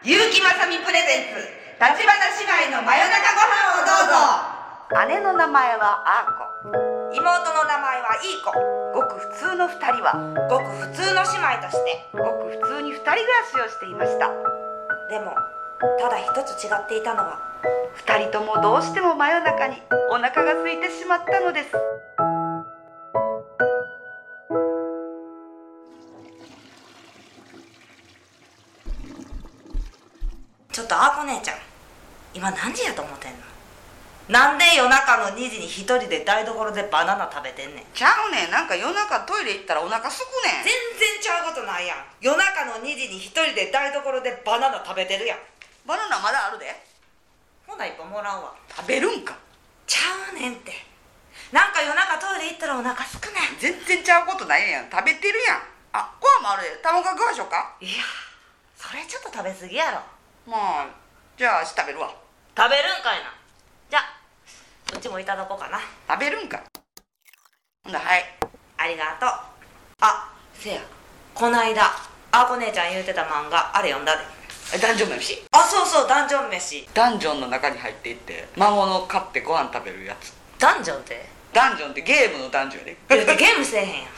結城まさみプレゼンツ立花姉妹の真夜中ご飯をどうぞ姉の名前はあーこ妹の名前はいい子ごく普通の2人はごく普通の姉妹としてごく普通に2人暮らしをしていましたでもただ一つ違っていたのは2人ともどうしても真夜中にお腹が空いてしまったのですちょっとあこ姉ちゃん今何時やと思ってんのなんで夜中の2時に一人で台所でバナナ食べてんねんちゃうねんなんか夜中トイレ行ったらお腹すくねん全然ちゃうことないやん夜中の2時に一人で台所でバナナ食べてるやんバナナまだあるでほな一本もらうわ食べるんかちゃうねんってなんか夜中トイレ行ったらお腹すくねん全然ちゃうことないやん食べてるやんあご飯もあるで卵かけましょうかいやそれちょっと食べ過ぎやろまあじゃあ明日食べるわ食べるんかいなじゃあうちもいただこうかな食べるんかほんだはいありがとうあせやこないだあこ姉ちゃん言うてた漫画あれ読んだでえダンジョン飯あそうそうダンジョン飯ダンジョンの中に入っていって魔物を飼ってご飯食べるやつダンジョンってダンジョンってゲームのダンジョンやで言うてゲームせえへんやん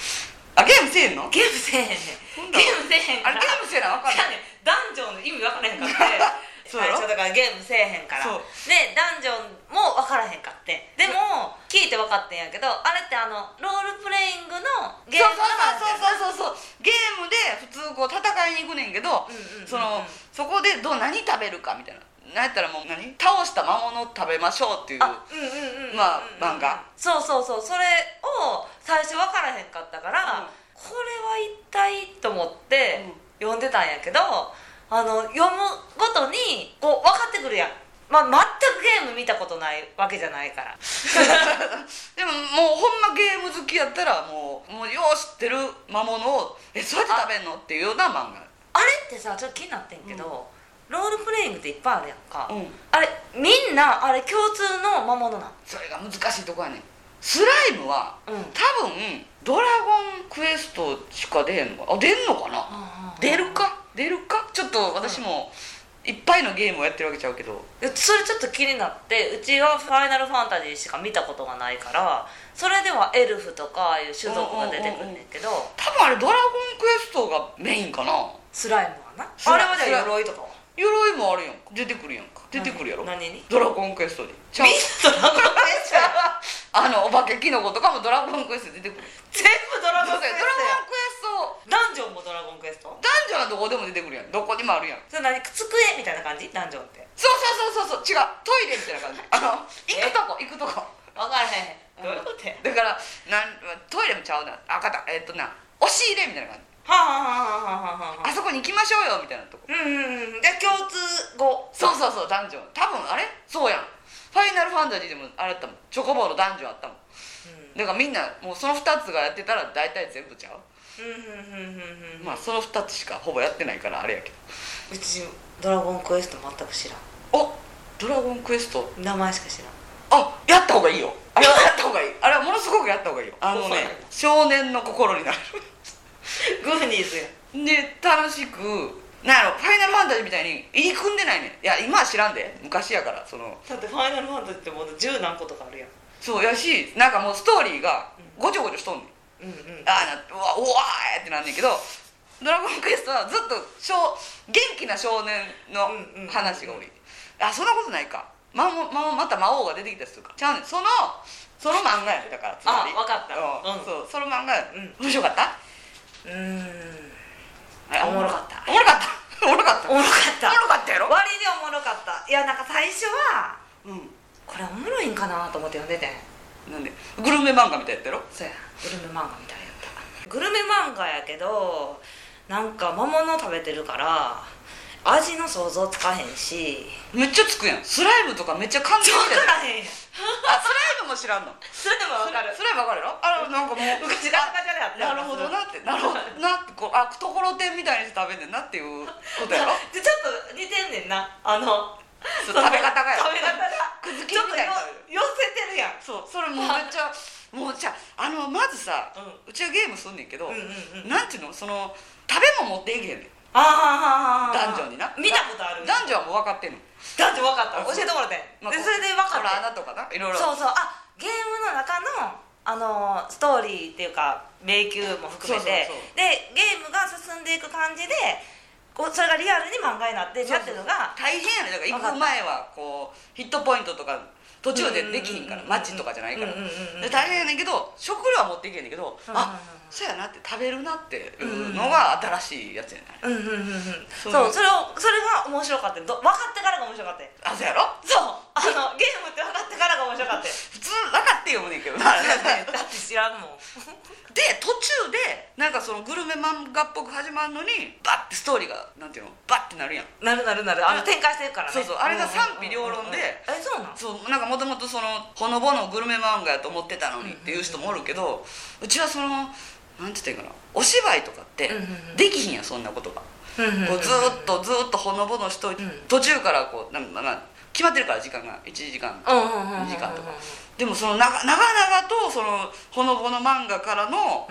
あゲームせえんのゲームせえへんねんゲームせえへんあれからゲームせえな分かんじなゃいあねダンジョンの意味分からへんかって そうやろ最初だからゲームせえへんからそうでダンジョンも分からへんかってでも聞いて分かってんやけどあれってあのロールプレイングのゲームそうそうそうそうそうそうゲームで普通こう戦いに行くねんけど、うんうんうんうんそのそこでどう何食べるかみたいななんやったらもう何倒した魔物を食べましょうっていうあうんうんうんうんまあ漫画そうそうそうそれを最初分からへんかったから、うんこれは一体と思ってうん読んでたんやけど、あの読むごとにこう分かってくるやん、まあ、全くゲーム見たことないわけじゃないからでももうほんまゲーム好きやったらもうもうよう知ってる魔物をえそうやって食べんのっていうような漫画あれってさちょっと気になってんけど、ロールプレイングっていっぱいあるやんか、うんあれみんなあれ共通の魔物なんそれが難しいとこやねんスライムは、うん多分ドラゴンクエストしか出へんのかあ出んのかな、出るか出るかちょっと私もいっぱいのゲームをやってるわけちゃうけどでそれちょっと気になってうちは「ファイナルファンタジー」しか見たことがないからそれではエルフとかああいう種族が出てくんねんけど、多分あれドラゴンクエストがメインかなスライムはなスラあれはじゃあ鎧とかは鎧もあるやんか出てくるやんか出てくるやろ何にドラゴンクエストにちゃうミストラゴンクエストやあのお化けキノコとかもドラゴンクエストで出てくる全部ドラドラゴゴンクンクエエストやストダンジョンもドラゴンクエストダンジョンはどこでも出てくるやんどこにもあるやんそれ何机みたいな感じダンジョンってそうそうそうそうそう違うトイレみたいな感じあの行くとこ行くとこ分からへんどういうことやだからなんトイレもちゃうなあかたえっとな押し入れみたいな感じはあはあはあはあはあはああそこに行きましょうよみたいなとこうんうんうんじゃあ共通語そうそうそうダンジョン多分あれそうやんファイナルファンタジーでもあれやったもんチョコボールダンジョンあったもんだからみんなもうその2つがやってたら大体全部ちゃう、うんうんうんうんうんうんまあその2つしかほぼやってないからあれやけうちドラゴンクエスト全く知らんどおドラゴンクエスト名前しか知らんあやった方がいいよあれはやった方がいいあれはものすごくやった方がいいよあのそうなんやね少年の心になるグーニーズやで楽しくなんやろファイナルファンタジーみたいに入り組んでないねんいや今は知らんで昔やからそのだってファイナルファンタジーってもう十何個とかあるやんそうやしなんかもうストーリーがごちょごちょしとんねんうんうんあーなうわうわーってなんねんけど「ドラゴンクエスト」はずっと少元気な少年のうんうん話が多い、あそんなことないかまもままた魔王が出てきたりするかちゃうねんそのその漫画やったからつまりあわかったうんうんそうその漫画や、うん面白かったうーんあれおもろかったおもろかった おもろかったおもろかったおもろかったやろ割におもろかったいやなんか最初はうんこれおもろいんかなと思って読んでてんなんでグルメ漫画みたいやったやろそうやグルメ漫画みたいやったグルメ漫画やけどなんか魔物食べてるから味の想像つかへんしめっちゃつくやんスライムとかめっちゃ感じみたいなあらへんやんスライムも知らんのそれでも分かるスライムわかるやろあれなんかもう昔ガチャガチャであったなるほどなってなるほどなってこうあところてんみたいにして食べんねんなっていうこと やろでちょっと似てんねんなあのそう食べ方がや食べ方がくずきちょっみとたいよな寄せてるやんそうそれもうめっちゃもうじゃああのまずさ、うちはゲームすんねんけど、うんうんうんなんていうのその食べ物持っていけへんねんああダンジョンにな見たことある分かってんのだって分かった教えてもらってまあでそれで分かカっラーた穴とかないろいろそうそうあゲームの中のあのーストーリーっていうか迷宮も含めてそうそうそうでゲームが進んでいく感じでこうそれがリアルに漫画になってるなっていうのが大変やねだから行く前はこうヒットポイントとか途中でできひんかうらんうんうんうんマッチとかじゃないからうんうんうんうんで大変やねんけど食料は持っていけんねんけどうんうんうんあそうやなって食べるなっていうのが新しいやつやねんうんうんうんうんそそううそれをそれが面白かったど分かってからが面白かったあそうやろそうあのゲームって分かってからが面白 かった普通分かって読むねんけどなだって知らんもんで途中でなんかそのグルメ漫画っぽく始まるのにバッてストーリーがなんていうのバッてなるやんなるなるなるあの展開してるからねそうそうあれが賛否両論でうんうんうんえそうなんそうなんかもともとそのほのぼのグルメ漫画やと思ってたのにっていう人もおるけどうちはそのなんて言ってんかなお芝居とかってうんうんうんできひんやんそんなことがうんうんこううんずーっとずーっとほのぼのしといてうん途中からこうなんまあまあ決まってるから時間が1時間うんうんうんうんうん2時間とかでもその長長々とそのほのぼの漫画からの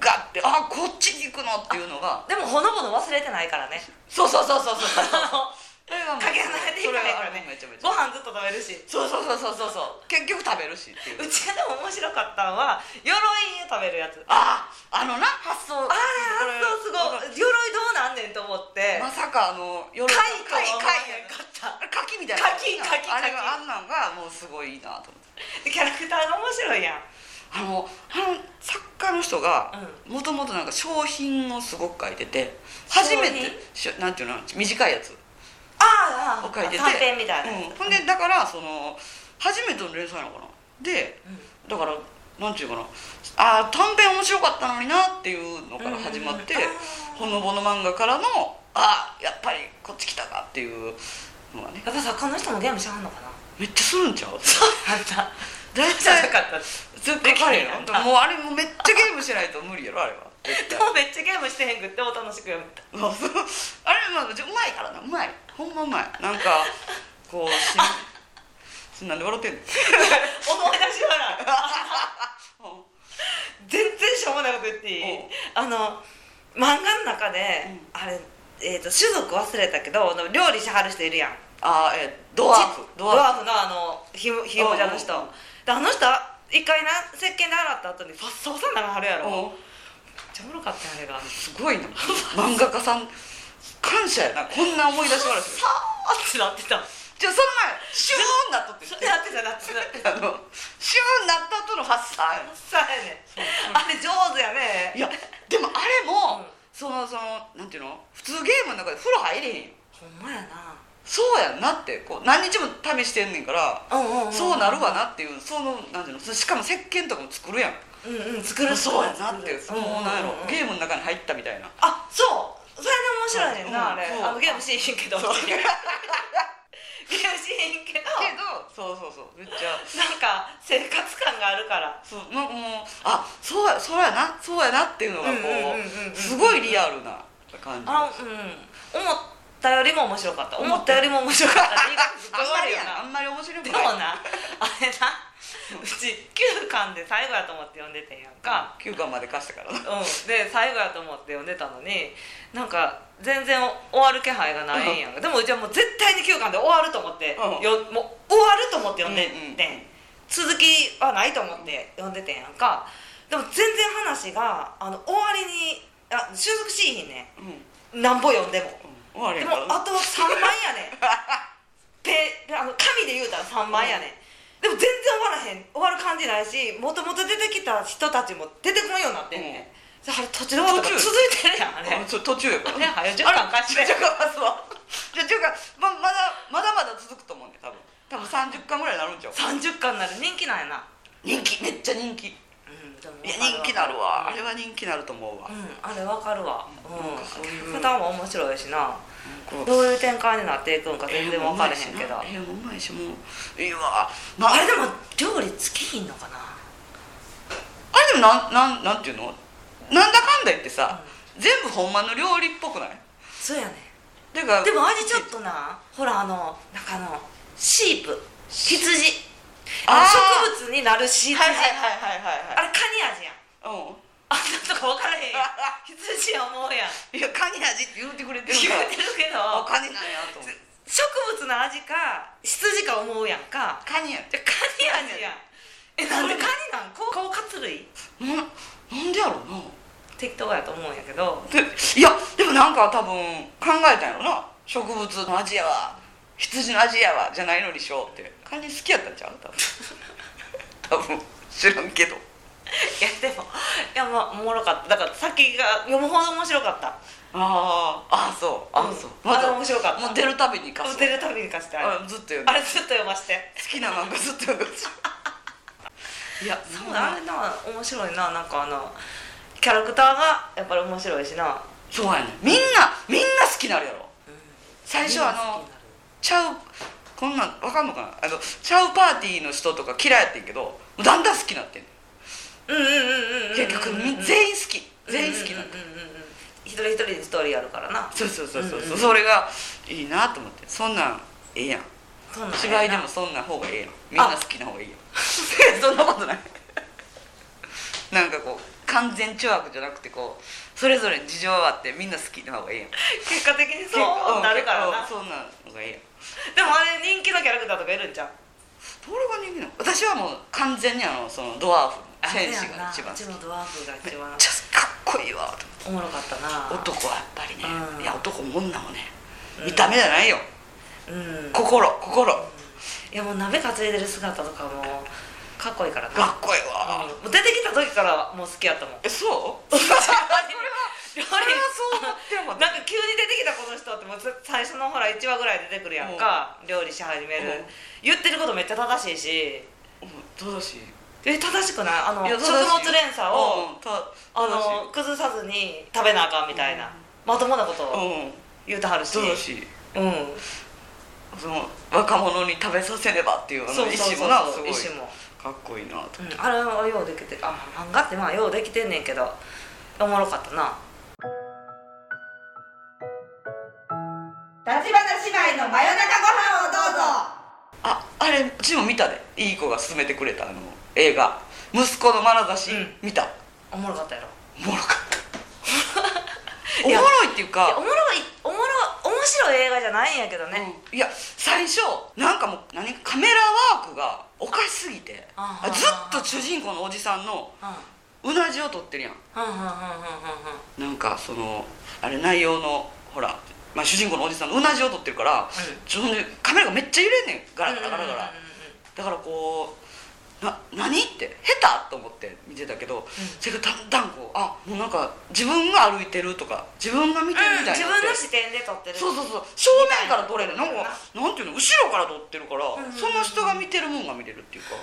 がってあこっちに行くのっていうのがでもほのぼの忘れてないからねそうそうそうそうそうそうあそれがもうのかけ離れていそれかないかはらもうねめちゃめちゃご飯ずっと食べるしそうそうそうそうそうそう結局食べるしっていううちがでも面白かったのは鎧食べるやつああああのな発想あれ発想すごい鎧どうなんねんと思ってまさかあのよろ貝貝貝貝やん貝かったあれ柿みたいな柿柿柿あれがあんなんがもうすごいいいなと思ってでキャラクターが面白いやんあのあの作家の人がもともとなんか商品をすごく書いてて初めてしなんていうの短いやつあを書いてて短編みたいな、うん、ほんでだからその初めての連載なのかなでだからなんていうかなあー短編面白かったのになっていうのから始まって、うんうんうんほのぼの漫画からのあーやっぱりこっち来たかっていうのがねやっぱ作家の人もゲームしはんのかなめっちゃするんちゃう あ った大じゃな体かったずっとかかるやできへんろもうあれもうめっちゃゲームしないと無理やろあれは絶で対 もめっちゃゲームしてへんくっても楽しく読めたあそうあれまあうちうまいからなうまいほんまうまいなんかこうしそんなんで笑ってんの思い出し笑いうん全然しょうもないこと言っていいおうあの漫画の中で、あれ、えー、と種族忘れたけどあの料理しはる人いるやんあーえードワーフちドワーフのあのひもひもじゃの人うんうんうんであの人一回な石鹸で洗った後にファッサファサにならはるやろめっおちゃおもろかったよあれがすごいな漫画家さん感謝やなこんな思い出し笑いするさーってなってたなじゃあその前シューンなっとってってたなってたあのシューンなった後の発散やさあやねあれ上手やねいやでもあれも、うんそのそのなんていうの普通ゲームの中で風呂入れへんよほんまやなそうやんなってこう何日も試してんねんから、うんうんそうなるわなっていうそのなんていうのそしかも石鹸とかも作るやんうんうん作るそうやなって作るもうなんやろ、んんんゲームの中に入ったみたいなあそうそれで面白いねんな、うんあれそうあのゲームしへんけどそうゲームしへんけどけどそうそうそうめっちゃなんか生活感があるからそうなもうあそうやそうやなそうやなっていうのがこうんうんうんうんうんうすごいリアルな感じあうん思ったよりも面白かった思ったよりも面白かったって言い方すごいあんま悪いりよやなあなんまり面白く でないもなあれな うち9巻で最後やと思って読んでてんやんか9巻まで貸したからなうんで最後やと思って読んでたのになんか全然終わる気配がないんやんかでもうちはもう絶対に9巻で終わると思って、うんよもう終わると思って読んでて、うんうん続きはないと思って読んでてんやんかでも全然話があの終わりにあ収束しいひんねうん、うん、んなんぼ読んでも終わりでやもからあと3万や ねんペあの紙で言うたら3万やねん、でも全然終わらへん終わる感じないしもともと出てきた人たちも出てこんようになってんねん、じゃあれ途中で終わったから途中続いてるやんあれあそう途中やからね早10巻貸して10巻貸すわじゃあ10巻ままだまだまだ続くと思うね多分多分30巻ぐらいになるんちゃう30巻になる人気なんやな人気めっちゃ人気いうんでもや人気なるわあうんれは人気なると思うわ、あれわかるわなんかそういううん普段は面白いしなこうどういう展開になっていくんか全然分からへんけど、えもうまいしもういいわまあああれれででもも料理尽きひんのかなあれでもなんなんなんていうのなんだかんだ言ってさ、全部ほんまの料理っぽくないそうやねんだからでも味ちょっとなほらあのなんかあのシープ羊あーあの植物になるしはいはい羊はいはいあはいれカニ味やん はあんなとか分からへんやん羊や思うやいうんんいやカニ味って言うてくれて言るからうてるけあどカニなんやと思って植物の味か羊か思うやんかカニやじゃカニ味やんえなんでカニなん甲甲活類ななんでやろうな適当やと思うんやけど でいやでもなんか多分考えたんやろな植物の味やわ羊の味やわじゃないのにしようってカニ好きやったんちゃう多 分多分知らんけどいやでもいやまあおもろかっただから先が読むほど面白かったあーあーそうあーそう、うんあれ面白かったもう出るたびに貸す出るたびに貸してあれあずっと読んであれずっと読まして好きな漫画ずっと読んで るいやそうだあれな面白いななんかあのキャラクターがやっぱり面白いしなそうやねみんなみんな好きになるやろ、最初あのちゃうこんなんわかんのかなあのちゃうパーティーの人とか嫌いやってんけどもうだんだん好きになってんのうんうんうんうんうんうん結局み全員好き全員好きなんだうんうんうんうん一人一人でストーリーやるからなそうそうそうそううんうんそれがいいなと思ってそんなんええやんそんなんやな芝居でもそんな方がええやんみんな好きな方がいいよ そんなことないなんかこう完全懲悪じゃなくてこうそれぞれに事情があってみんな好きな方がええやん結果的にそうなるからな結構うんそんなのがええやんでもあれ人気のキャラクターとかいるんじゃんどれが人気なの私はもう完全にあのそのドワーフの戦士が一番う好きちめっのドワーフが一番ちゃかっこいいわと思っておもろかったな男はやっぱりねうんいや男も女もねうん見た目じゃないようん心心かいやもう鍋担いでる姿とかもかっこいいからなっこいいわうんもう出てきた時からもう好きやったもんえそう やあれはそう思ってなかったなんか急に出てきたこの人ってもうず最初のほら1話ぐらい出てくるやんか、料理し始める、うん言ってることめっちゃ正しいしうん正しいえ正しくないあのいや正しい食物連鎖を、うんたあ正しの崩さずに食べなあかんみたいな、まともなことをいうん言うてはるし、正しいうんその若者に食べさせねばっていうあそのう意そう志そもうなそう意す志ごいも、かっこいいなとうん、あれはようできてあ漫画ってまあようできてんねんけどおもろかったな橘姉妹の真夜中ご飯をどうぞああれうちも見たでいい子が勧めてくれたあの映画息子の眼差し、うん見たおもろかったやろおもろかったお いもやろいっていういやおかもろいおもろ面白い映画じゃないんやけどね、うんいや最初なんかもう何カメラワークがおかしすぎてああずっと主人公のおじさんのううんなじを撮ってるやんうんうんうんうんうんなんかそのあれ内容のほら、まあ、主人公のおじさんのうなじを撮ってるから、ちょほんでカメラがめっちゃ揺れんねんガラッガラガラ、だからこうな何って下手と思って見てたけど、それがだんだんこうあもうなんか自分が歩いてるとか自分が見てるみたいになって自分の視点で撮ってるそうそうそう正面から撮れるなんかなんていうの後ろから撮ってるから、んその人が見てるもんが見れるっていうか、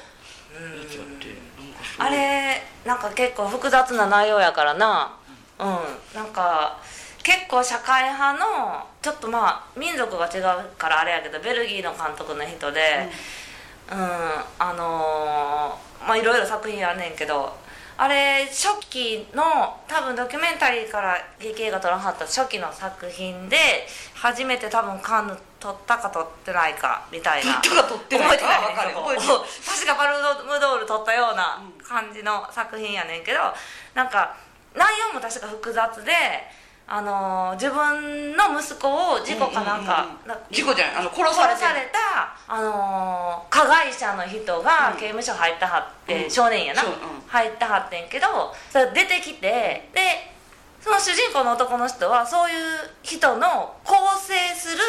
うんやつやってなんかすごいあれなんか結構複雑な内容やからなうん、なんか結構社会派のちょっとまあ民族が違うからあれやけどベルギーの監督の人でうん、あのーまあいろいろ作品あんねんけどあれ初期の多分ドキュメンタリーから劇映画撮らはった初期の作品で初めて多分カンヌ撮ったか撮ってないかみたいな撮ったか撮ってないかは分かるよ覚えてない覚確かパルムドール撮ったような感じの作品やねんけどなんか内容も確か複雑で、あのー自分の息子を事故かなんか、うんうんうんうんな事故じゃないあの殺され殺てされた、あのー加害者の人うがん刑務所入ったはって、うん少年やな、そううん入ったはってんけどそれ出てきてでその主人公の男の人はそういう人の更生する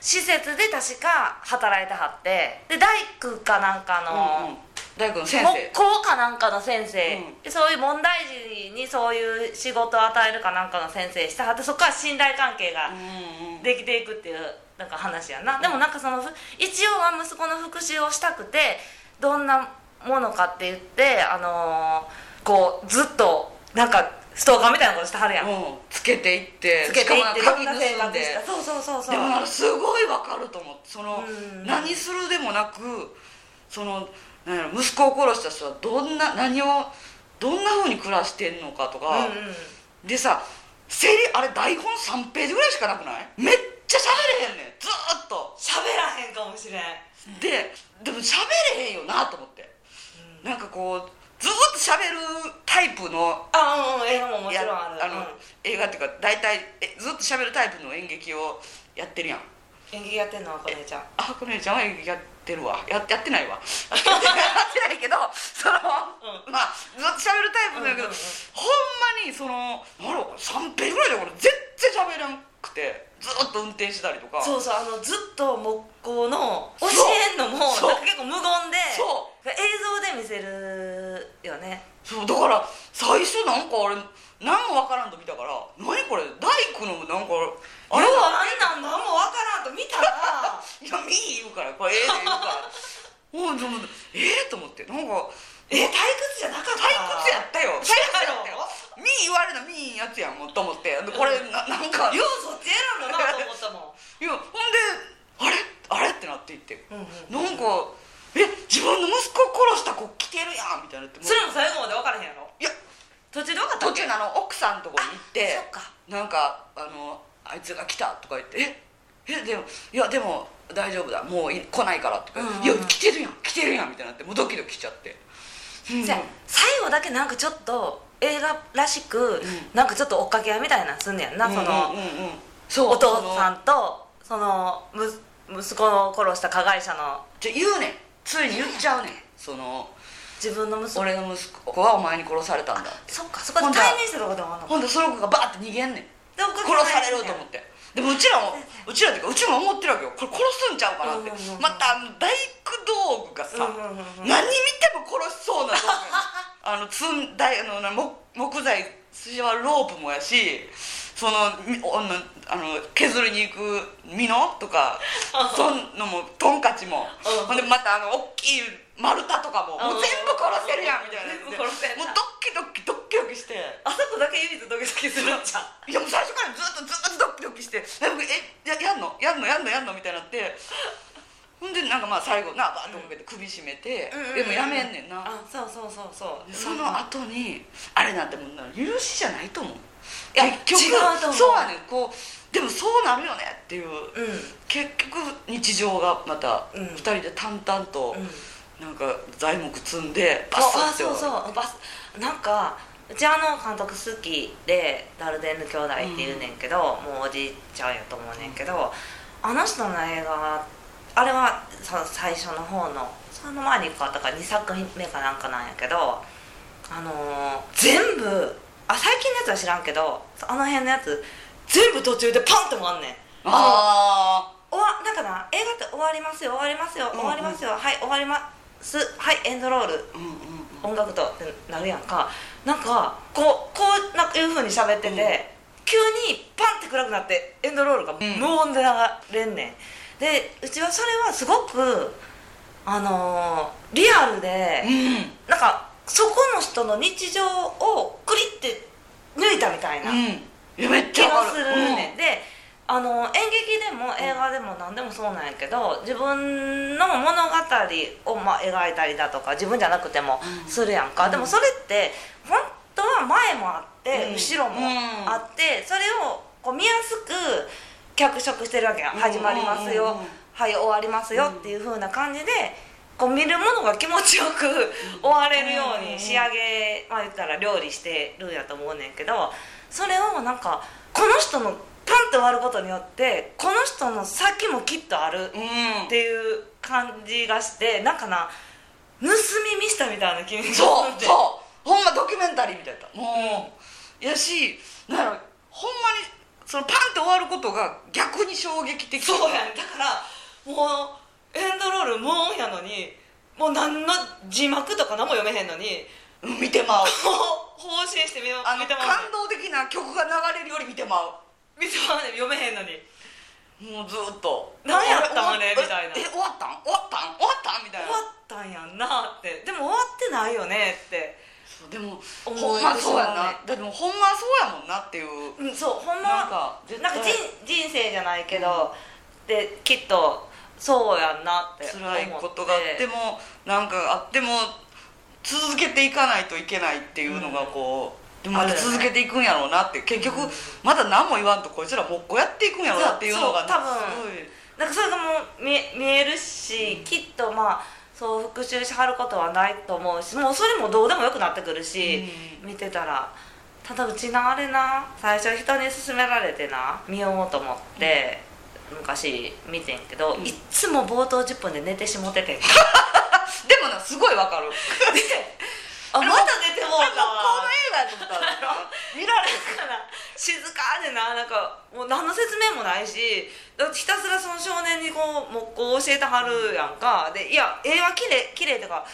施設で確か働いてはってで大工かなんかの。うんうん大工の先木生工かなんかの先生、うんでそういう問題児にそういう仕事を与えるかなんかの先生したはってそこから信頼関係がうんうんできていくっていうなんか話やなでもなんかそのふ一応は息子の復讐をしたくてどんなものかって言ってあのーこうずっとなんかストーカーみたいなことしてはるやん、もうつけていってつけていってしどかもんななんか鍵生盗ん活でしたそうそうそうそうでもなんかすごいわかると思ってそのうん何するでもなくそのなんやろ息子を殺した人はどんな何をどんなふうに暮らしてんのかとか、うんうんでさセリあれ台本3ページぐらいしかなくないめっちゃ喋れへんねんずーっと喋らへんかもしれんででも喋れへんよなと思って、なんかこうずーっと喋るタイプのあうんうん映画ももちろんあるやあの、映画っていうか大体えずっと喋るタイプの演劇をやってるやん演劇やってんのはこ姉ちゃんあはこねちゃんは演劇やってるわややってないわやってないけどその、うまあずっと喋るタイプだけど、うんうんうんほんまにそのあれ3ページぐらいでこれ全然喋らんくてずっと運転してたりとかそうそうあのずっと木工の教そうえんのもそうなんか結構無言でそ映像で見せるよねそうだから最初なんかあれ何もわからんと見たから何これ大工のなんかああれれははあんなん何もわからんと見たらいや見い言うからこれええで言うから おうでもええと思ってなんかえ退屈じゃなかった退屈やった よ退屈やったよろみー言われなみーやつやんもうと思ってでこれななんかいやようそっち選んだなと思ったもんいやほんであれあれってなっていって、うんうんなんかえ自分の息子を殺した子来てるやんみたいになってもう それも最後まで分からへんやろいや途中で分かった途っけ中のあの奥さんのとこに行ってあそっかなんかあのあいつが来たとか言ってええでもいやでも大丈夫だもうい来ないからとか、うんうんいや来てるやん来てるやんみたいになってもうドキドキしちゃって、うんせや最後だけなんかちょっと映画らしく、んなんかちょっと追っかけ合いみたいなのすんねやんな、その、うんうんうんうんそうお父そさのんとそのむ息子を殺した加害者のじゃ言うねんついに言っちゃうねんその自分の息子俺の息子はお前に殺されたんだそっかそこで今度は対面したとこでもあんのかほんでその子がバーって逃げんねんで追っかけ殺されると思ってでもうちらもうちらっていうかうちも思ってるわけよこれ殺すんちゃうかなって、うんうんうんまたあの大工道具がさ、うんうんうんうん何見ても殺しそうな道具や ねんあの積んだあのな木木材はロープもやしそのみおのあの削りに行く美濃とかそんのもトンカチも、うんほんでまたあの大きい丸太とかも,、もう全部殺せるやんみたいなやつで全部殺せるもうドッキドキドッキドキして。あそこだけ指とドキドキするんじゃんいやもう最初からずっとずっとドキドキして「なんかえややんのやんのやんのやんの」みたいになってほんでなんかまあ最後なバーッとかけて首絞めて、うんうんうんでもやめんねんな、あそうそうそうそうでその後にあれなんてもんな許しじゃないと思ういや結違うと思局うそうやねんこうでもそうなるよねっていう、うん結局日常がまたうん2人で淡々とうんなんか材木積んでバあッサッあてそう終わそうバスなんかうちあの監督好きでダルデンヌ兄弟っていうねんけど、もうおじいちゃんやと思うねんけどあの人の映画あれはさ最初の方のその前に一個あったから2作目かなんかなんやけどあのー全部あ最近のやつは知らんけどあの辺のやつ全部途中でパンって終わんねんあ終わなんかな映画って終わりますよ終わりますよ終わりますよ、はい終わりますはいエンドロールあうんうんうん音楽とってなるやんかなんかこうこうなんかいうふうに喋ってて、うん急にパンって暗くなってエンドロールがん無音で流れんねん、でうちはそれはすごくあのーリアルで、うんなんかそこの人の日常をクリって抜いたみたいな、うんいやめっち気ゃがわかするね、であの演劇でも映画でも何でもそうなんやけど自分の物語をまあ描いたりだとか自分じゃなくてもうんするやんか、うんでもそれって本当は前もあって、うん後ろもあって、それをこう見やすく脚色してるわけやうんん始まりますよ、うんうんうんはい終わりますよっていう風な感じでこう見るものが気持ちよく終われるように仕上げまあ言ったら料理してるんやと思うねんけどそれをなんかこの人のパンと終わることによってこの人の先もきっとあるうんっうんていう感じがしてなんかな盗み見したみたいな気にそうなってそうほんまドキュメンタリーみたいだったもうやしなんやろほんまにそのパンって終わることが逆に衝撃的そうやんだからもうエンドロール無音やのにもう何の字幕とか何も読めへんのにうん見てまうもう放心して見よあの 見てまうね感動的な曲が流れるより見てまう見てまうね読めへんのにもうずーっと何やったんあれ俺みたいなえ終わったん終わったん終わったんみたいな終わったんやんなってでも終わってないよねってそうでも思ほんえまてしそうまうねやなだってもうほんまそうやもんなっていううんそうほんなんまか絶なん対か人人生じゃないけどできっとそうやんなって思辛いことがあってももなんかあっても続けていかないといけないっていうのがこう、でもまあたるよね続けていくんやろうなって結局まだ何も言わんとこいつらもうこうやっていくんやろうなっていうのがねそうそうなんかそれがもう見え見えるし、きっとまあそう復讐しはることはないと思うしもうそれもどうでもよくなってくるし、見てたらただうちのあれな最初人に勧められてな見ようと思って、昔見てんけど、うんいっつも冒頭10分で寝てしもててん でもなすごいわかるあまた寝てもうたわこの映画やと思ったら見られへんだから静かでななんかもう何の説明もないしだってひたすらその少年にこう木工を教えてはるやんかでいや絵は綺麗綺麗とか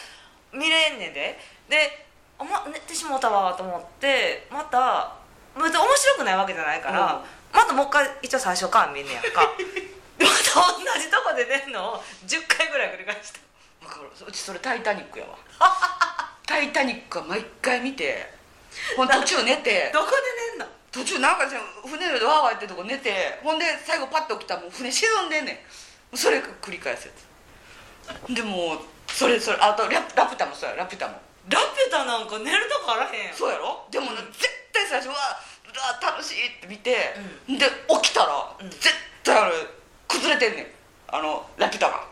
見れんねんでであま寝てしもうたわと思ってまた別に面白くないわけじゃないから、またもう一回一応最初から見んねやん かでまた同じとこで寝んのを10回ぐらい繰り返したわかるうちそれ「タイタニック」やわ「タイタニック」は毎回見てほんで途中寝てどこで寝んの途中なんかじゃ船でわーわーやってるとこ寝てほんで最後パッと起きたらもう船沈んでんねんそれ繰り返すやつでもうそれそれあとララピュタもそうやラピュタもラピュタなんか寝るとこあらへんやんそうやろでもな、絶対最初は「うわ楽しい」って見て、で起きたら、うん絶対あれ崩れてんねんあのラピュタが だか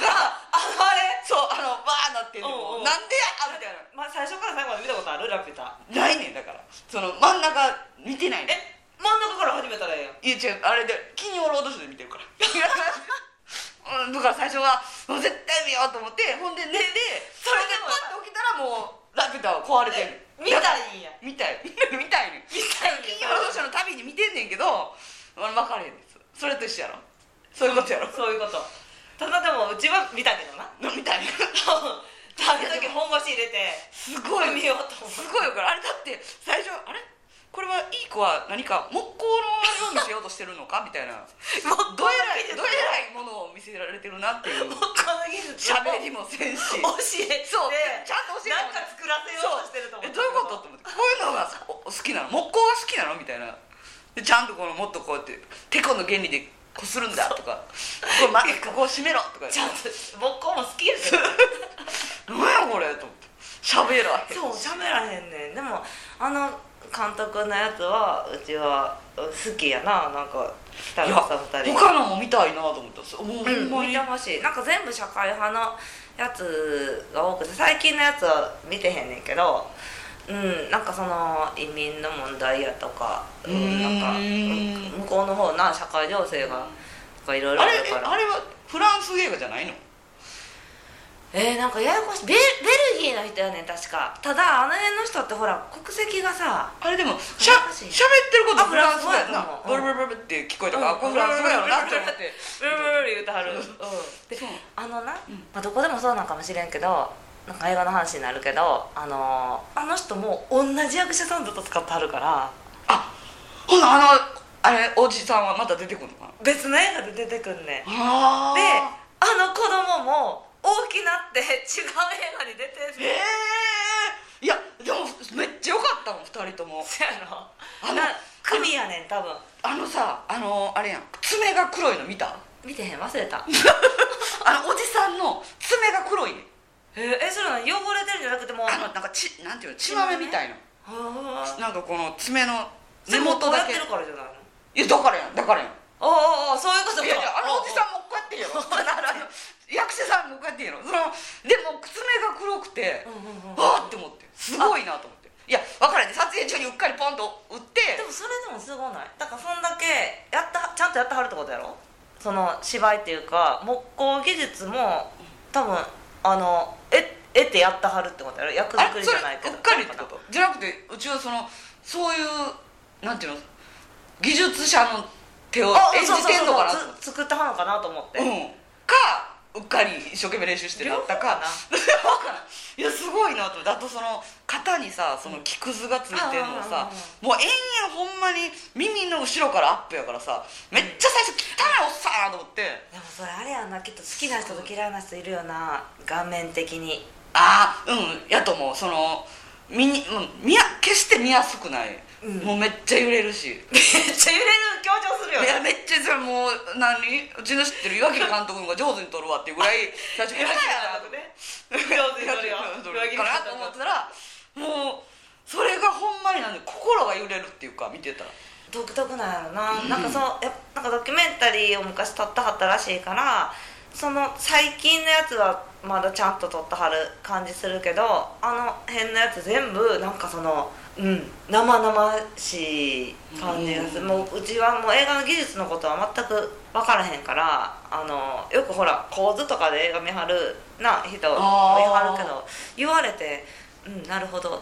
らああれそうあのバーなってんねんもうおうおうなんでやみたいなまあ、最初から最後まで見たことあるラピュタないねんだからその真ん中見てないねんえ真ん中から始めたらええやんいや違うあれで金曜ロードショーで見てるから うんだから最初はもう絶対見ようと思ってほんで寝てそれでパッと起きたらもうラピュタは壊れてる見たいんや見たい 見たいねん見たいん金曜ロードショーの旅に見てんねんけど分かれへんですそれと一緒やろそういうことやろそういうことただでもうちは見たけどなのみたいな食べ時本腰入れ てすごい見ようと思すうごいよからあれだって最初あれこれはいい子は何か木工のようにしようとしてるのかみたいなもうどどええららいいどどええらいらいものを見せられてるなっていうもうこの技術を喋りもせんし教えてそうちゃんと教えてなんか作らせようとしてると思えどういうことって思ってこういうのがお好きなの木工が好きなのみたいなでちゃんとこのもっとこうやってテコの原理でこするんだとかこれまここを締めろとかちゃんと僕も好きやけど何やこれと思って喋らへんそう喋らへんねんでもあの監督のやつはうちは好きやななんか北い川さん2人や他のも見たいなと思ったそうもうほんまうん、見にてほしいなんか全部社会派のやつが多くて最近のやつは見てへんねんけどうんなんかその移民の問題やとかううーんんなんかうん向こうの方な社会情勢がとかいろいろああれるえかあられはフランス映画じゃないのえー、なんかややこしいベルベルギーの人やねん確かただあの辺の人ってほら国籍がさあれでもしゃ難しい喋ってることあフランス語やんフランなスブ語ルやブルブルとブルって聞こえたからあこれフランス語やろなって思ってブルブルブル言うてはる、うん、でそうあのな、うんまあ、どこでもそうなんかもしれんけどなんか映画の話になるけどあのーあの人も同じ役者さんずっと使ってはるからあほなあのあれおじさんはまた出てくるのかな別の映画で出てくんねんでああの子供も大きなって違う映画に出てんえねえんいやでもめっちゃ良かったもん2人ともそやろあのな組やねん多分あのさあのあれやん爪が黒いの見た見てへん忘れたあのおじさんの爪が黒いねえー、えそれなに汚れてるんじゃなくてもうあのなんかちなんていうの血まめみたいなはあなんかこの爪のそ根れもうこ元だうやっけてるからじゃないのいやだからやんだからやんおうおうおうそういうことかいやいやあのおじさんもこうやってんや ろあの役者さんもこうやってんやろそのでも爪が黒くて、うんうんうんわーって思ってすごいなと思っていや分からんね撮影中にうっかりポンと打ってでもそれでもすごないだからそんだけやったちゃんとやってはるってことやろその芝居っていうか木工技術も多分あのえ得てやってはるってことやろ役あ作れりそじれゃないけどうっかりってことじゃなくてうちはそのそういうなんていうの技術者の手をあ演じそうそうてんのかなとそう思ってつ作ってはるのかなと思って、うんかうっかり一生懸命練習してなったか両方かわからんいやすごいなと思ってあとその肩にさその木くずがついてるのをさうんあーあーあもう延々ほんまに耳の後ろからアップやからさめっちゃ最初汚いおっさんやなと思ってでもそれあれやんなきっと好きな人と嫌いな人いるよな顔面的にああうんやと思うその見に、うん、見や決して見やすくない、うんもうめっちゃ揺れるしめっちゃ揺れる強調するよいやめっねちゃそれもう何うちの知ってる岩切監督の方が上手に撮るわっていうぐ らい最初下手やなと思ってね上手に取るよ裏切りか者なと思ったらもうそれがほんまになんで心が揺れるっていうか見てたら独特なんやろな、なんかそのやなんかドキュメンタリーを昔撮ったはったらしいからその最近のやつはまだちゃんと撮ったはる感じするけどあの辺のやつ全部なんかそのうん、生々しい感じがする、うんもううちはもう映画の技術のことは全く分からへんからあのよくほら構図とかで映画見はるな人見あーはるけど言われてうんなるほどっ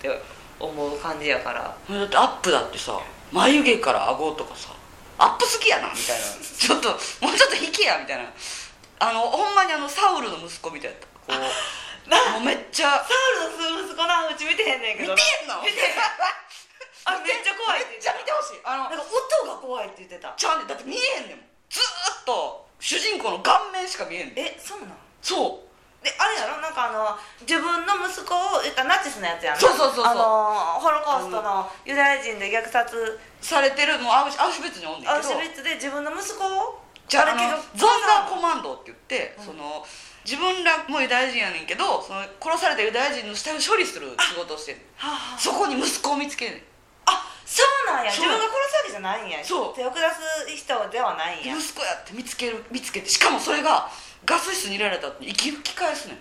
て思う感じやからだってアップだってさ眉毛から顎とかさアップ好きやなみ たいなちょっともうちょっと引きやみたいなあのほんまにあのサウルの息子みたいだったこうもうめっちゃサウルの息子なうち見てへんねんけ見てどん の見てへんあめっちゃ怖いって言ってためっちゃ見てほしいあのなんか音が怖いって言ってたちゃうねんだって見えへんねんもんずーっと主人公の顔面しか見えんねんえそうなんそうであれやろなんかあの自分の息子を言ったらナチスのやつやんなそうそうそうそうあのホロコーストのユダヤ人で虐殺されてるもうアウシアウシュベツにおんねんけどアウシュビッツで自分の息子をじゃああのれゾンダーコマンドって言って、その自分らもユダヤ人やねんけどその殺されたユダヤ人の死体を処理する仕事をしてんねんはあ、そこに息子を見つけんねんあそうなんやそう自分が殺すわけじゃないんやそう手を下す人ではないんや息子やって見つける見つけてしかもそれがガス室に入れられたって生き吹き返すねん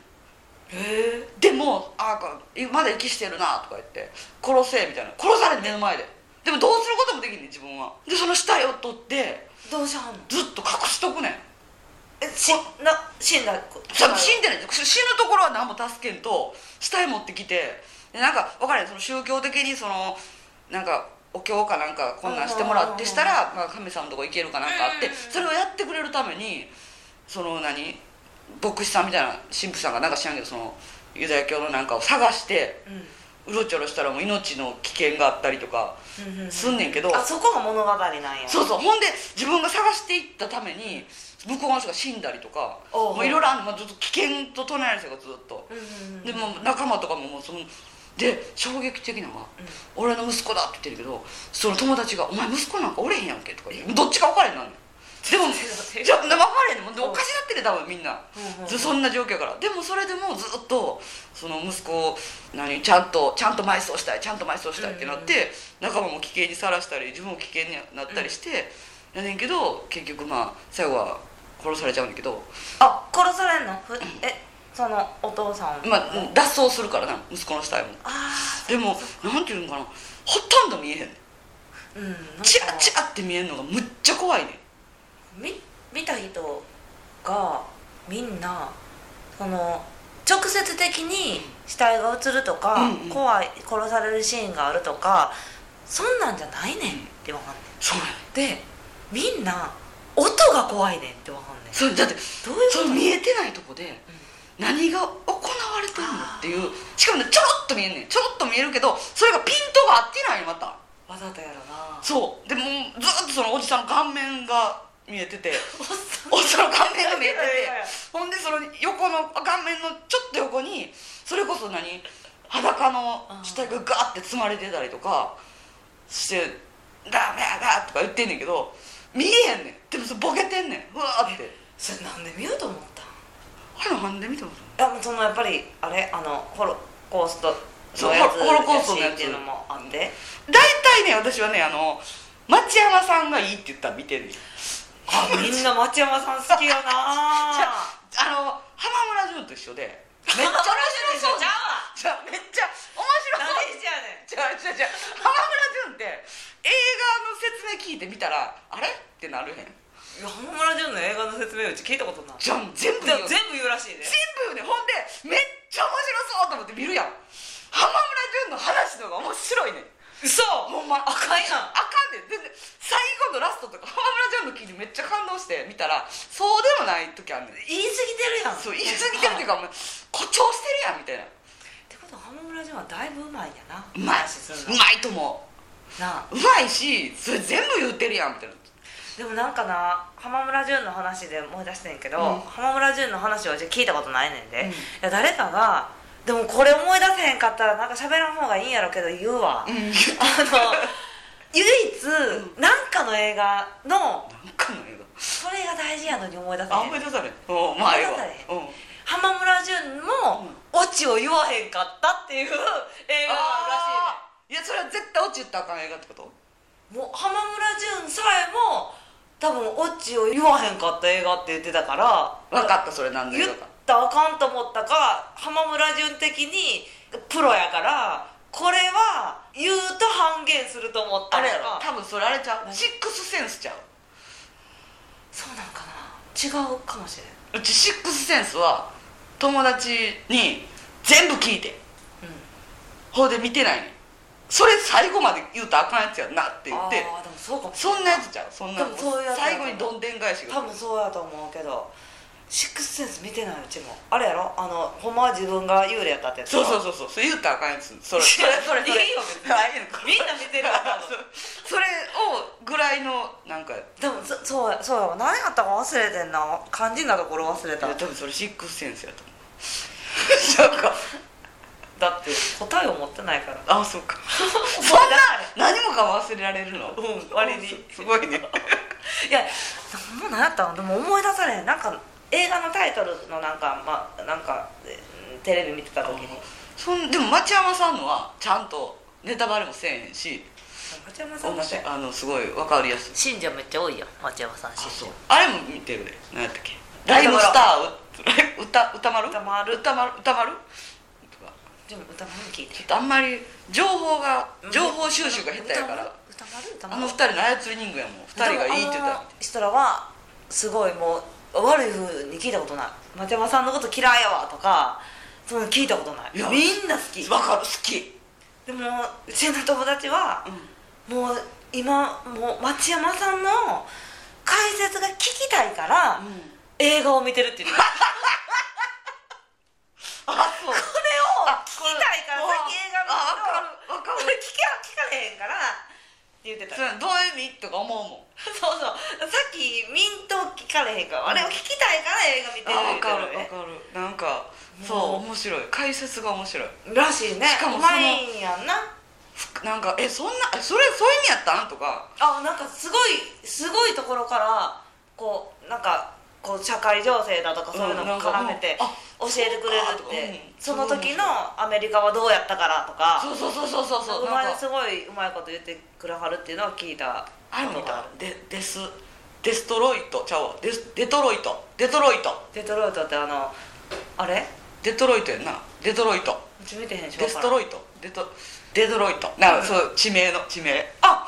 えでも「ああかまだ息してるな」とか言って「殺せ」みたいな殺されて目の前ででもどうすることもできんねん自分はでその死体を取ってどうしはんのずっと隠しとくねんえしな死んだちょっと死んでない死ぬところは何も助けんと死体持ってきてでなんか分からないその宗教的にそのなんかお経かなんかこんなんしてもらってしたら、まあ、神様のとこ行けるかなんかあってうんうんうんそれをやってくれるためにその何牧師さんみたいな神父さんがなんか知らんけどそのユダヤ教のなんかを探してうんうろちょろしたらもう命の危険があったりとかうんうんすんねんけど、あそこが物語なんやそうそうほんで自分が探していったために向こうの人が死んだりとかおうもういろいろあるの、まあ、ずっと危険と唱えられてたからずっとう、んうんうんでもう仲間とかももうそので衝撃的なのが、俺の息子だ」って言ってるけどその友達が「お前息子なんかおれへんやんけ」とか言うどっちか分かれへん なんねんでもちょっとじゃあ分かれへんねんもんでおかしなってる多分みんな、うんうんずそんな状況やからでもそれでもうずっとその息子を何ちゃんとちゃんと埋葬したいちゃんと埋葬したいってなって、仲間も危険にさらしたり自分も危険になったりして、やねんけど結局まあ最後は殺されちゃうんだけどあ殺されんのふえそのお父さんまあ脱走するからな息子の死体も。あでもなんていうのかなほとんど見えへんーうんなんかチラチラって見えんのがむっちゃ怖いねんみ見た人がみんなその直接的に死体が映るとか、うんうん怖い殺されるシーンがあるとかそんなんじゃないねんってわかんねそうやねんんでみんな音が怖いねんってわかんねんそれだってどういうことその見えてないとこで何が行われてるのっていうしかもねちょろっと見えんねんちょろっと見えるけどそれがピントが合ってないまたわざとやろなそうでもうずっとそのおじさんの顔面が見えてておっさんおじさんの顔面が見えてていやいやいやほんでその横の顔面のちょっと横にそれこそ何裸の死体がガーって積まれてたりとかして「ダメやだ」とか言ってんねんけど見えへんねんでもそれボケてんねんうわーってそれなんで見ようと思ったあれなんで見てもんいやそのやっぱりあれあのホロコーストそうのやつホロコーストのやつっていうのもあって大体ね私はねあの町山さんがいいって言ったら見てんねんあみんな町山さん好きよなじゃああの浜村淳と一緒でめっちゃ面白そう面白そうじゃんじゃあめっちゃ面白そう何しやねんじゃあじゃあじゃあ浜村淳って映画の説明聞いてみたらあれってなるへんいや浜村淳の映画の説明うち聞いたことないじゃん全部言でうよも全部言うらしいね全部言うねほんでめっちゃ面白そうと思って見るやん浜村淳の話の方が面白いねん嘘ほんまあかんやんあかんねん全然最後のラストとか浜村淳の記事めっちゃ感動して見たらそうでもない時あんねん言い過ぎてるやんそう言い過ぎてるっていうかお前誇張してるやんみたいなってことは浜村淳はだいぶうまいんやなうまい話すうるまいと思ななあううまいしそれ全部言ってるやんみたいなでもなんかな浜村淳の話で思い出してんけど、うん浜村淳の話はじゃ聞いたことないねんで、うんいや誰かがでもこれ思い出せへんかったらなんか喋らん方がいいんやろうけど言うわ、うんあの言っ 唯一なんかの映画のなんかの映画それが大事やのに思い出せへあ思いん出されんうんまあええわ思い出さうん浜村淳もオチを言わへんかったっていう映画がああーるらしいねいやそれは絶対落ち言ったらあかん映画ってこともう浜村淳さえも多分オチを言わへんかった映画って言ってたから分かったそれなんだ言よったらあかんと思ったか浜村淳的にプロやからこれは言うと半減すると思ったありれとやろか多分それあれちゃうシックスセンスちゃうそうなんかな違うかもしれんうちシックスセンスは友達に全部聞いてほうで見てないねんそれ最後まで言うとあかんやつやなって言ああっーてでもそうかもそんなやつちゃうそんなでもそういうやつや最後にどんでん返しが多分そうやと思うけどシックスセンス見てないうちもあれやろあのほんまは自分が幽霊やったってやつそうそううそうそうそれ言ったらあかんやつそ れ それそれそれいいよ別にあいいのかみんな見てるから多分それをぐらいのなんかでもそそうやそうやわ何やったか忘れてんな肝心なところ忘れた多分それシックスセンスやと思う そうかだって答えを持ってないからあそう かそんな何もかも忘れられるのうん割にすごいねいやもう何やったのでも思い出されへんなんか映画のタイトルのなんかまあなんかえーテレビ見てた時に そんでも町山さんのはちゃんとネタバレもせえへんし町山さん面だって白いあのすごい分かりやすい信者めっちゃ多いよ町山さん信者あれも見てるで何やったっけライムスターう歌歌丸歌丸歌丸歌丸とかでも歌丸聞いてちょっとあんまり情報が情報収集が下手やから歌丸歌あ丸の二人の操り人形やもん二人がいいって言ったら人らはすごいもう悪い風に聞いたことない町山さんのこと嫌いやわとかそういうの聞いたことないいやみんな好き分かる好きでもうちの友達はう、んもう今もう町山さんの解説が聞きたいから、映画を見てるっていうこれあそうを聞きたいからあさっき映画あ見るとこれ聞け聞かれへんからって言ってたそれどういう意味とか思うもんそうそうさっきミント聞かれへんからあれを聞きたいから映画見てるあ分言うてかるね分かるなんかもそう面白い解説が面白いらしいねしかもうそのまいんやんなふなんかえそんなえそれそういう意味やったんとかあなんかすごいすごいところからこうなんかこう社会情勢だとかそういうのも絡めてうんなんか教えてくれるって、そそうかのとかうん時のアメリカはどうやったからとかそうそうそうそうそうそううまなんいかすごいうまいこと言ってくれはるっていうのは聞いたあるこのとかがあなデデスデストロイトちゃうわデスデトロイトデトロイトデトロイトってあのあれデトロイトやんなデトロイトうち見てへんしデストロイイトデトデトロイトなんうかんそう地名の地名あ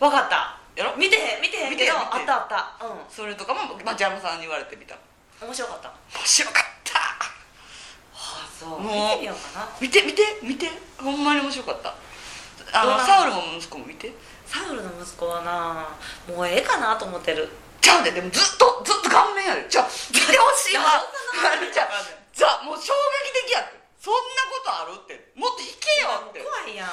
わかったやろ見てへん見てへん見てけへんど見てへんあったあったうそれとかも町山さんに言われてみた面ん面白かったあ白かったそう見もうてみようかな見て見て見てほんまに面白かったあどうのなのサウルも息子も見てサウルの息子はなもうええかなと思ってるちゃうででもずっとずっと顔面やでちゃう見てほしいわじゃあじゃあもう衝撃的やってそんなことあるってもっと引けよって怖いやん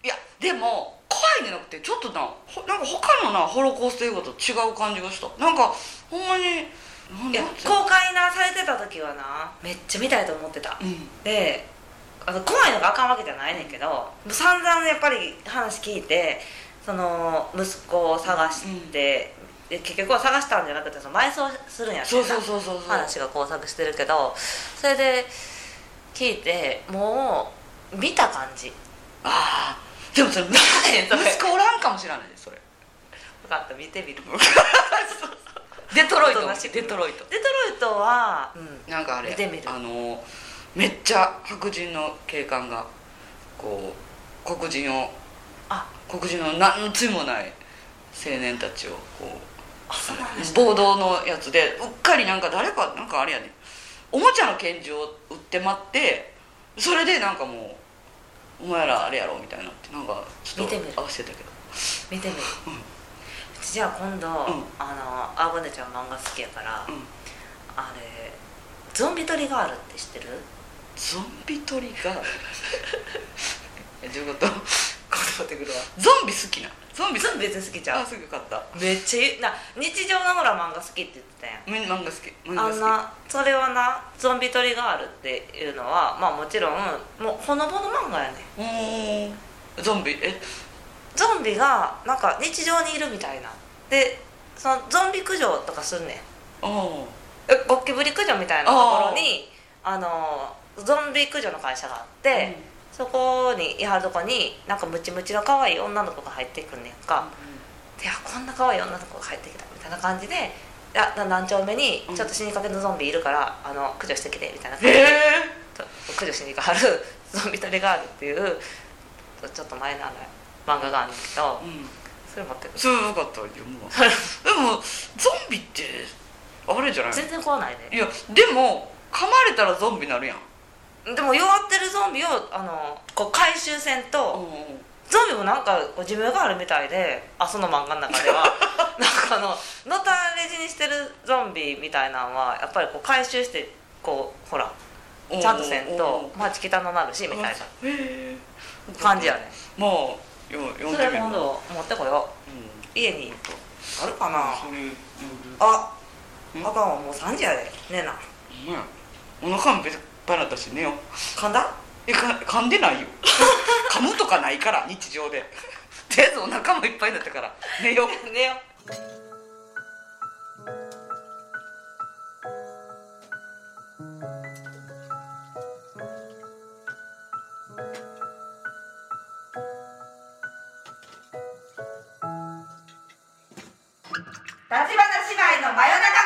いやでも怖いんじゃなくてちょっとなほなんか他のなホロコースト映画と違う感じがしたなんかほんまになんいやなんていうの公開なされてた時はなめっちゃ見たいと思ってたうんであの怖いのがあかんわけじゃないねんけどもう散々やっぱり話聞いてその息子を探して、で結局は探したんじゃなくてその埋葬するんやってそなうそうそうそうそう話が交錯してるけどそれで聞いてもう見た感じああでもそれ見てへんそれ息子おらんかもしれないでそれ分かった見てみる デトロイトおともなしくデトロイトデトロイトは、うんなんかあれ見てみるあのめっちゃ白人の警官がこう黒人をあ黒人の何の罪もない青年たちをこあそうなんうだ暴動のやつでうっかりなんか誰かなんかあれやねおもちゃの拳銃を売って待ってそれでなんかもうお前らあれやろみたいなってなんかちょっ見てみると合わせてたけど見てみる、じゃあ今度、んあのアゴネちゃん漫画好きやから、うんあれゾンビトリガールって知ってるゾンビトリ ガールえどういうこと今度ってくるわゾンビ好きなゾンビ好ゾンビ別に好きじきゃあんすぐ買っためっちゃ言うな日常のほら漫画好きって言ってたやんみ漫画好き漫画あ好きんなそれはなゾンビトリガールっていうのはまあもちろんもうほのぼの漫画やねんうーんゾンビえゾンビがなんか日常にいるみたいなでそのゾンビ駆除とかすんねんああえゴキブリ駆除みたいなところにあのゾンビ駆除の会社があって、そこにいはるとこになんかムチムチの可愛い女の子が入ってくんねんか、であこんな可愛い女の子が入ってきたみたいな感じで「あな何丁目にうんちょっと死にかけのゾンビいるから、あの駆除してきて」みたいな感えじでえと駆除しにかはるゾンビトリガールっていうくちょっと前のあの漫画があるんだけどうんそれ持ってくるそれよかった よもうでもゾンビってあれじゃない全然怖ないいでやでも噛まれたらゾンビになるやんでも弱ってるゾンビをあのこう回収せんうんとゾンビもなんかこう寿命があるみたいであその漫画の中で はなんかあののたれ死にしてるゾンビみたいなのはやっぱりこう回収してこうほらうんちゃんとせんうんと街汚なるしみたいなうんへえ感じやねまあよ読んそでれみる今うん度持ってこよう家にあるかなそれあんあかんわもう3時やでねえなうんお腹もペラペラだし寝よう噛んだえか噛んでないよ噛むとかないから日常でとりあえずお腹もいっぱいになったから寝よう 寝よ立花姉妹の真夜中